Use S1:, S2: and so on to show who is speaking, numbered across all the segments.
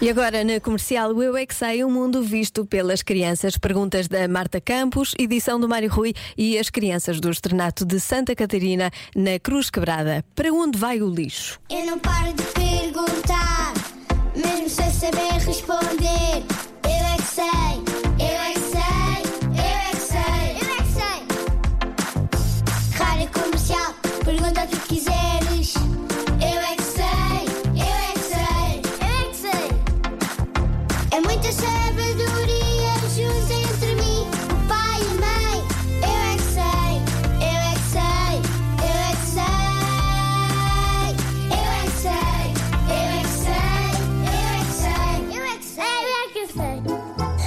S1: E agora na comercial Eu é que sei, o mundo visto pelas crianças. Perguntas da Marta Campos, edição do Mário Rui e as crianças do Estrenato de Santa Catarina na Cruz Quebrada. Para onde vai o lixo?
S2: Eu não paro de perguntar, mesmo sem saber responder. Eu é que sei, eu é que sei, eu é que sei, eu é que sei. Rádio comercial, pergunta o que quiseres. Eu é que sei, eu é que sei, eu é que sei. É muita sabedoria junto entre mim, o pai e a mãe. Eu é que sei, eu é que sei, eu é que sei. Eu é que sei, eu é que sei, eu é que sei. Eu é que sei, eu é que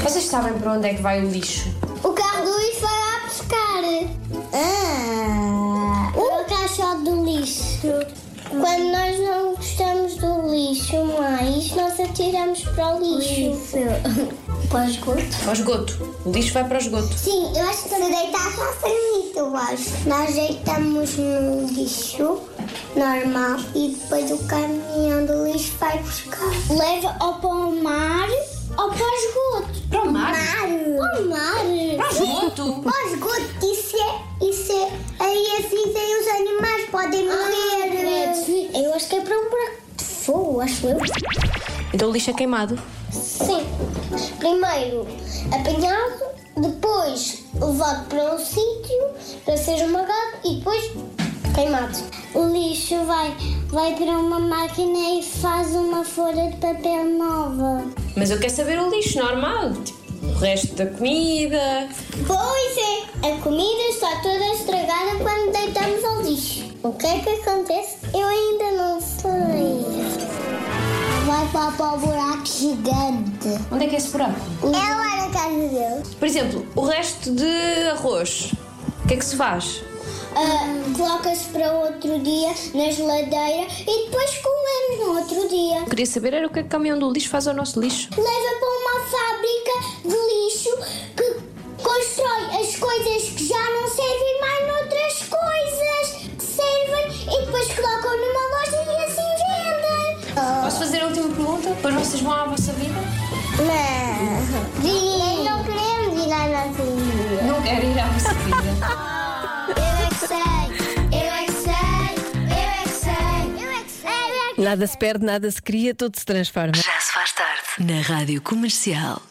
S3: Vocês sabem para onde é que vai o lixo?
S2: sei. O carro do lixo vai lá pescar. Ah! O caixote do lixo. Quando nós não gostamos do lixo mais, nós atiramos para o lixo. Para os esgoto.
S3: Para o esgoto. O lixo vai para o esgoto.
S2: Sim, eu acho que se deitar já foi muito, eu acho. Nós deitamos no lixo normal e depois o caminhão do lixo vai buscar. Leva ou para o mar ou para o esgoto. Para o
S3: mar?
S2: Para o mar.
S3: Para o esgoto?
S2: Para o esgoto. Isso é, isso é. Aí assim tem os animais, podem morrer. Ah, eu acho que é para um buraco de fogo, acho eu.
S3: Então o lixo é queimado.
S2: Sim. Primeiro apanhado, depois levado para um sítio para ser esmagado e depois queimado. O lixo vai, vai para uma máquina e faz uma folha de papel nova.
S3: Mas eu quero saber o lixo normal. Tipo, o resto da comida.
S2: Pois é, a comida está toda estragada quando deitamos ao lixo. O que é que acontece? Eu ainda não sei. Vai para o buraco gigante.
S3: Onde é que é esse buraco?
S2: É lá na casa deles.
S3: Por exemplo, o resto de arroz. O que é que se faz?
S2: Ah, Coloca-se para outro dia na geladeira e depois comemos no outro dia.
S3: Eu queria saber era o que é que o caminhão do lixo faz ao nosso lixo.
S2: Leva para uma fábrica de lixo que constrói as coisas que já não servem mais noutras coisas que servem e depois colocam numa loja e assim vendem.
S3: Posso fazer a última pergunta? Depois vocês vão à vossa vida?
S2: Não. Não queremos ir à nossa vida.
S3: Não quero ir à vossa vida.
S2: Eu é que sei, eu é que sei, eu é que sei, eu é que sei.
S1: Nada se perde, nada se cria, tudo se transforma.
S4: Já se faz tarde na Rádio Comercial.